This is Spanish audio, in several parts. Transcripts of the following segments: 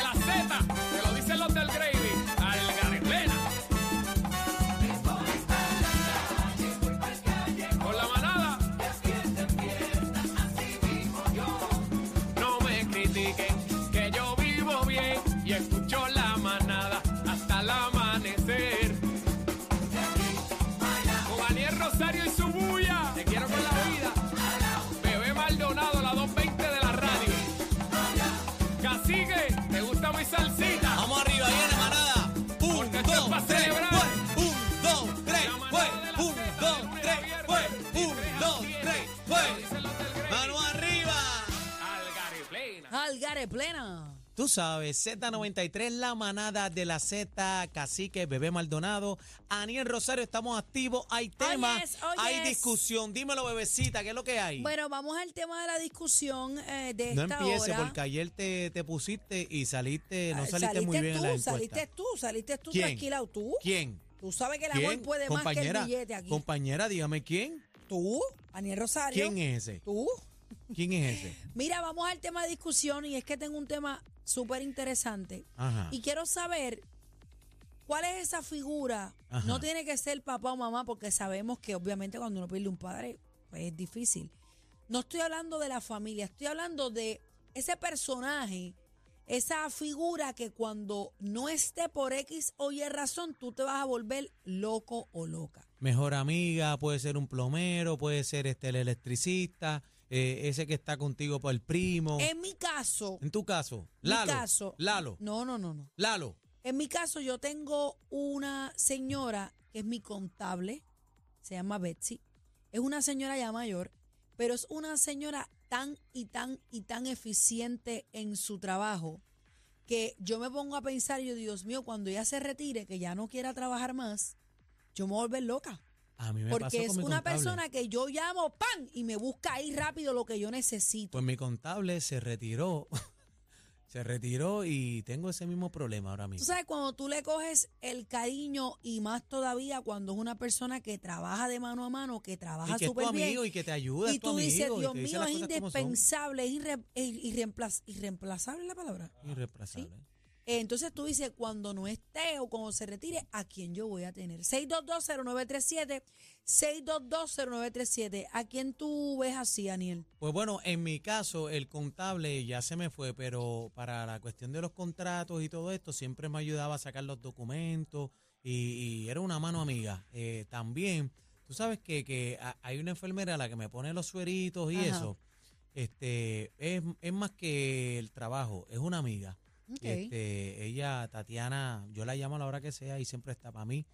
Z, te lo dicen los del Gravy, al Gareplena. Con la manada. No me critiquen, que yo vivo bien y escucho la manada hasta el amanecer. Con Daniel Rosario y su bulla, te quiero con la vida. Bebé Maldonado, la 220 de la radio. Cacique, ¿te gusta mi salsita? Vamos arriba, viene manada. Un, Porque esto es pa' dos, tres, celebrar. fue. Un, dos, tres, La manada fue. de la Un, Z, dos, de tres, lunes a viernes, fue. de Un, tres a dos, siete. tres, Te lo fue. dicen los del Gravy. Mano arriba. Algareplena. Algaré plena. Tú sabes, Z93, la manada de la Z, Cacique, Bebé Maldonado, Aniel Rosario, estamos activos, hay temas, yes, oh, hay yes. discusión. Dímelo, bebecita, ¿qué es lo que hay? Bueno, vamos al tema de la discusión eh, de no esta empiece, hora. porque ayer te, te pusiste y saliste, no Ah, saliste, muy bien tú, en la encuesta. saliste tú, saliste tú ¿Quién? tranquilado tú. ¿Quién? Tú sabes que el amor ¿Quién? puede más que el billete aquí. compañera, dígame quién. Tú, Daniel Rosario. ¿Quién es ese? Tú. ¿Quién es ese? Mira, vamos al tema de discusión y es que tengo un tema súper interesante. Ajá. Y quiero saber cuál es esa figura. Ajá. No tiene que ser papá o mamá, porque sabemos que obviamente cuando uno pierde un padre pues, es difícil. No estoy hablando de la familia, estoy hablando de ese personaje, esa figura que cuando no esté por X o Y razón, tú te vas a volver loco o loca. Mejor amiga, puede ser un plomero, puede ser este, el electricista, eh, ese que está contigo por el primo. En mi caso, En tu caso, Em, mi Lalo. caso- Lalo. no, no, no, no. Lalo. En mi caso, yo tengo una señora que es mi contable, se llama Betsy. Es una señora ya mayor, pero es una señora tan y tan y tan eficiente en su trabajo que yo me pongo a pensar, yo, Dios mío, cuando ella se retire, que ya no quiera trabajar más, yo me voy a volver loca. A mí me pasó Porque es con mi una contable. persona que yo llamo, ¡pam! Y me busca ahí rápido lo que yo necesito. Pues mi contable se retiró. se retiró y tengo ese mismo problema ahora Tú mismo. sabes, cuando tú le coges el cariño y más todavía cuando es una persona que trabaja de mano a mano, que Y trabaja que es tu súper bien. amigo y que te ayuda. y es tu tú amigo, dices, y Dios te dice mío, las es cosas como son. indispensable, es irre- es irreemplaz- irreemplazable la palabra. Irreemplazable. Eh, Entonces tú dices, cuando no esté o cuando se retire, ¿a quién yo voy a tener? 6220937, 6220937. ¿A quién tú ves así, Daniel? Pues bueno, en mi caso, el contable ya se me fue, pero para la cuestión de los contratos y todo esto, siempre me ayudaba a sacar los documentos y, y era una mano amiga. Eh, también, tú sabes que, que ha- hay una enfermera a la que me pone los sueritos y Ajá. eso. Este, es, es más que el trabajo, es una amiga. Ok. Este, ella, Tatiana, yo la llamo a la hora que sea y siempre está para mí.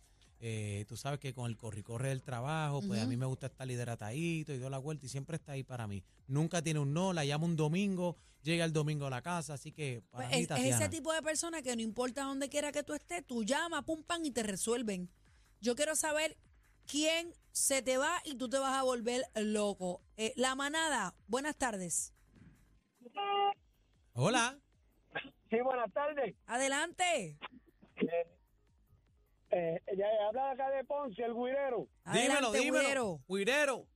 Eh, tú sabes que con el corricorre del trabajo, pues a Ujú. mí me gusta estar hidratadito y doy la vuelta y siempre está ahí para mí. Nunca tiene un no, la llamo un domingo, llega el domingo a la casa, así que para Pues mí es, es Tatiana. ese tipo de persona que no importa dónde quiera que tú estés, tú llamas, pum, pan y te resuelven. Yo quiero saber quién se te va y tú te vas a volver loco. Eh, la manada, buenas tardes. Hola, Sí, buenas tardes. Adelante. Eh, eh, ya habla acá de Ponce, el guirero. Adelante, dímelo, dímelo. güero. Guirero,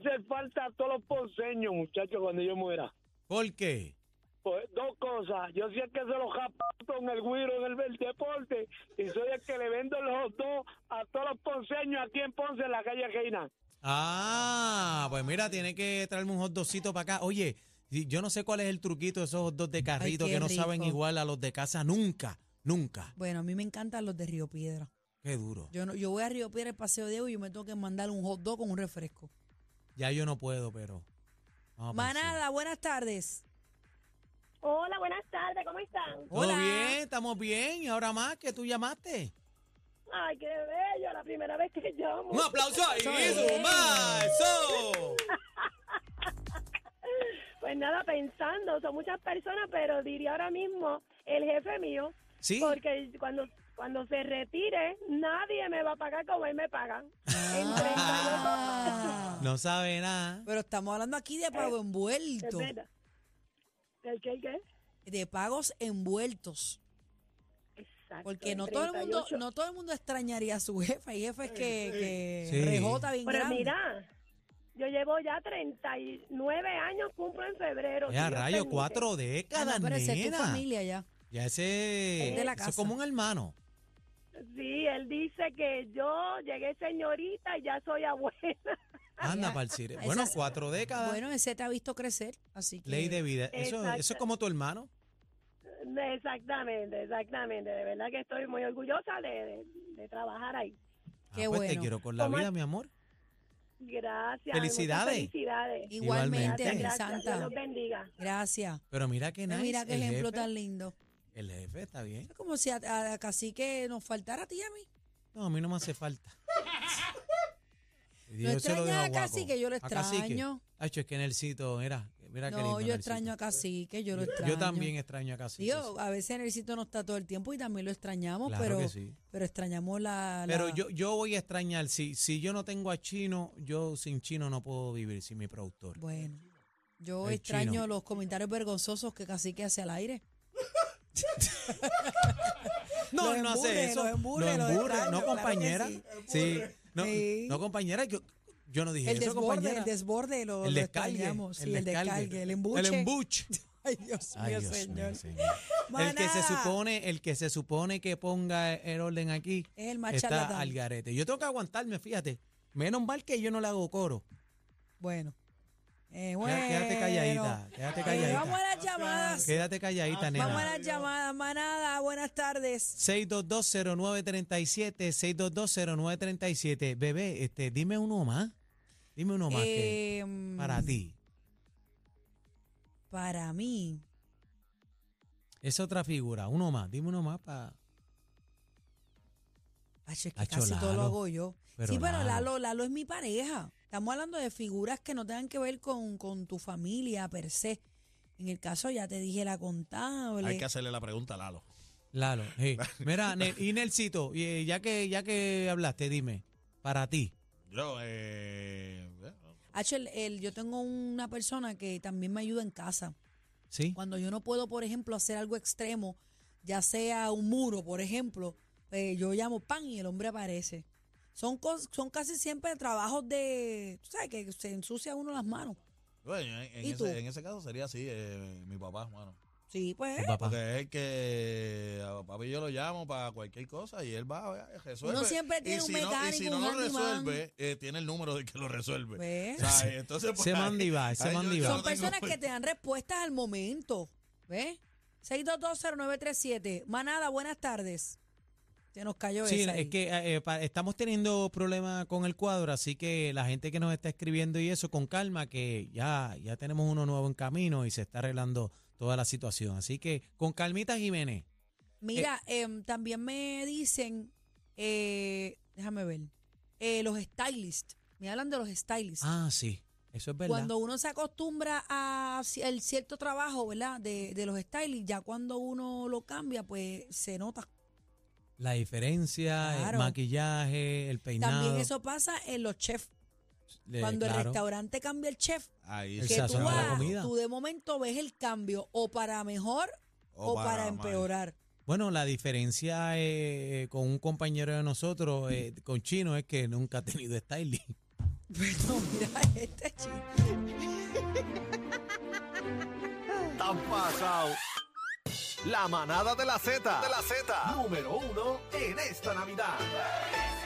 Hace falta a todos los ponceños, muchachos, cuando yo muera. ¿por qué? Pues, dos cosas. Yo sí es que se los japo con el guiro del, del deporte y soy el que le vendo los dos a todos los ponceños aquí en Ponce, en la calle Reina. Ah, pues mira, tiene que traerme un hot dogcito para acá. Oye, y yo no sé cuál es el truquito de esos hot dogs de carrito qué que no saben rico. igual a los de casa nunca, nunca. Bueno, a mí me encantan los de Río Piedra. Qué duro. Yo no, yo voy a Río Piedra el paseo Diego y yo me tengo que mandar un hot dog con un refresco. Ya yo no puedo, pero. vamos por Manada, buenas tardes. Hola, buenas tardes, ¿cómo están? ¿Todo Hola. bien? ¿Estamos bien? ¿Y ahora más que tú llamaste? Ay, qué bello, la primera vez que llamo. ¡Un aplauso ahí! Eso es. Zumba, eso. Pues nada, pensando, son muchas personas, pero diría ahora mismo el jefe mío, ¿Sí? porque cuando cuando se retire, nadie me va a pagar como él me paga. En 32 Ah. No sabe nada. Pero estamos hablando aquí de pago Eh, Es envuelto. verdad. ¿El qué, el qué? De pagos envueltos. Exacto, Porque en no todo el mundo, 38. no todo el mundo extrañaría a su jefe. Hay jefes que, que Sí. rejota bien Pero grande. mira, Yo llevo ya 39 años, cumplo en febrero. Ya, si Dios rayo, permite. cuatro décadas, Ah, pero esa es tu nena. familia ya. Ya ese Es de la eso es casa. como un hermano. Sí, él dice que yo llegué señorita y ya soy abuela. Anda, Ah, Ya. Palcire. Esa Bueno, es- cuatro Ah. décadas, Bueno, ese te ha visto crecer, así que... ley de vida. Eso, eso es Exacto. como tu hermano. Exactamente, exactamente. De verdad que estoy muy orgullosa de, de- de trabajar ahí. Ah, Qué pues te bueno. quiero con la Omar- vida, mi amor. Gracias. Felicidades. muchas Felicidades. Igualmente, Gracias, Igualmente. gracias. Dios Santa. los bendiga. Gracias. Pero mira que nice. Mira qué el ejemplo jefe, tan lindo. El jefe está bien. Es como si a, a- a Cacique nos faltara a ti y a mí. No, a mí no me hace falta. Y ¿No yo se lo dejo extrañas a Guaco. Cacique? Yo lo A Cacique. extraño. Acho, es que Nelsito, mira, mira qué lindo No, yo Nelsito. extraño a Cacique, yo lo extraño. Yo también extraño a Cacique. Digo, a veces Nelsito no está todo el tiempo y también lo extrañamos, Claro pero, que sí. pero extrañamos la... Pero la- yo, yo voy a extrañar, si, si yo no tengo a Chino, yo sin Chino no puedo vivir, sin mi productor. Bueno, yo El extraño chino. los comentarios vergonzosos que Cacique hace al aire. No, Los no hace emburre, eso. los emburre, los extraño, no claro que compañera. sí. sí. no, Sí. no compañera, yo, yo no dije El eso, desborde, compañera. el desborde lo, El lo descargue, extrañamos. Sí, el descargue, el embuche. El embuche. Ay, Dios mío, Ay, Dios mío, señor. señor. El que se Maná. supone, el que se supone que ponga el orden aquí Es el más está charlatán. al garete. Yo tengo que aguantarme, fíjate. Menos mal que yo no le hago coro. Bueno. Eh, bueno. Quédate- quédate calladita, quédate Eh, calladita. vamos a las llamadas. Quédate calladita, nena. Ah, Vamos a las llamadas. Manada, buenas tardes. 6220937, 6220937. Bebé, este, dime uno más. Dime uno más que Em, para ti. Para mí. Es otra figura, uno más. Dime uno más para Ay, es que Hacho, casi todo lo Lalo. hago yo. Pero sí, pero Lalo. Lalo, Lalo es mi pareja. Estamos hablando de figuras que no tengan que ver con, con tu familia per se. En el caso ya te dije la contable. Hay que hacerle la pregunta a Lalo. Lalo. sí. Mira, Nel- y Nelsito, y, eh, ya que ya que hablaste, dime para ti. Yo, eh. eh, Hacho, el- el- yo tengo una persona que también me ayuda en casa. ¿Sí? Cuando yo no puedo, por ejemplo, hacer algo extremo, ya sea un muro, por ejemplo, eh, yo llamo pan y el hombre aparece. Son, cos- son casi siempre trabajos de, tú sabes, que se ensucia uno las manos. Bueno, en, en ¿Y tú? ese, en ese caso sería así, eh, mi papá, mano. Sí, pues. Tu papá. Porque es el que a papi yo lo llamo para cualquier cosa y él va, eh, resuelve. Uno siempre tiene y un si No, y mecánico, si no un lo handyman. resuelve, eh, tiene el número de que lo resuelve. ¿Ves? ¿Sabes? Entonces, pues, Se ahí- mandiva, ahí se yo- yo mandiva. no Son tengo- personas que te dan respuestas al momento. ¿Ves? 6220937. Manada, buenas tardes. Se nos cayó Sí, esa. ahí. es que eh, eh, pa- estamos teniendo problemas con el cuadro, así que la gente que nos está escribiendo y eso, con calma, que ya, ya tenemos uno nuevo en camino y se está arreglando toda la situación. Así que con calmita, Jiménez. Mira, eh, em, también me dicen, eh, déjame ver, eh, los stylists. Me hablan de los stylists. Ah, sí, eso es verdad. cuando uno se acostumbra a ci- el cierto trabajo, ¿verdad? De, de los stylists, ya cuando uno lo cambia, pues se nota. La diferencia, Claro. el maquillaje, el peinado. También eso pasa en los chefs. le- cuando el Eh, claro. restaurante cambia el chef, Ahí El sí. que tú, sazón de la vas, comida. tú de momento ves el cambio o para mejor o, para, mal. empeorar. Bueno, la diferencia eh, con un compañero de nosotros, eh, con Chino, es que nunca ha tenido styling. Pero mira este chico. Tan pasado. La manada de la Z. De la Z. Número uno en esta Navidad.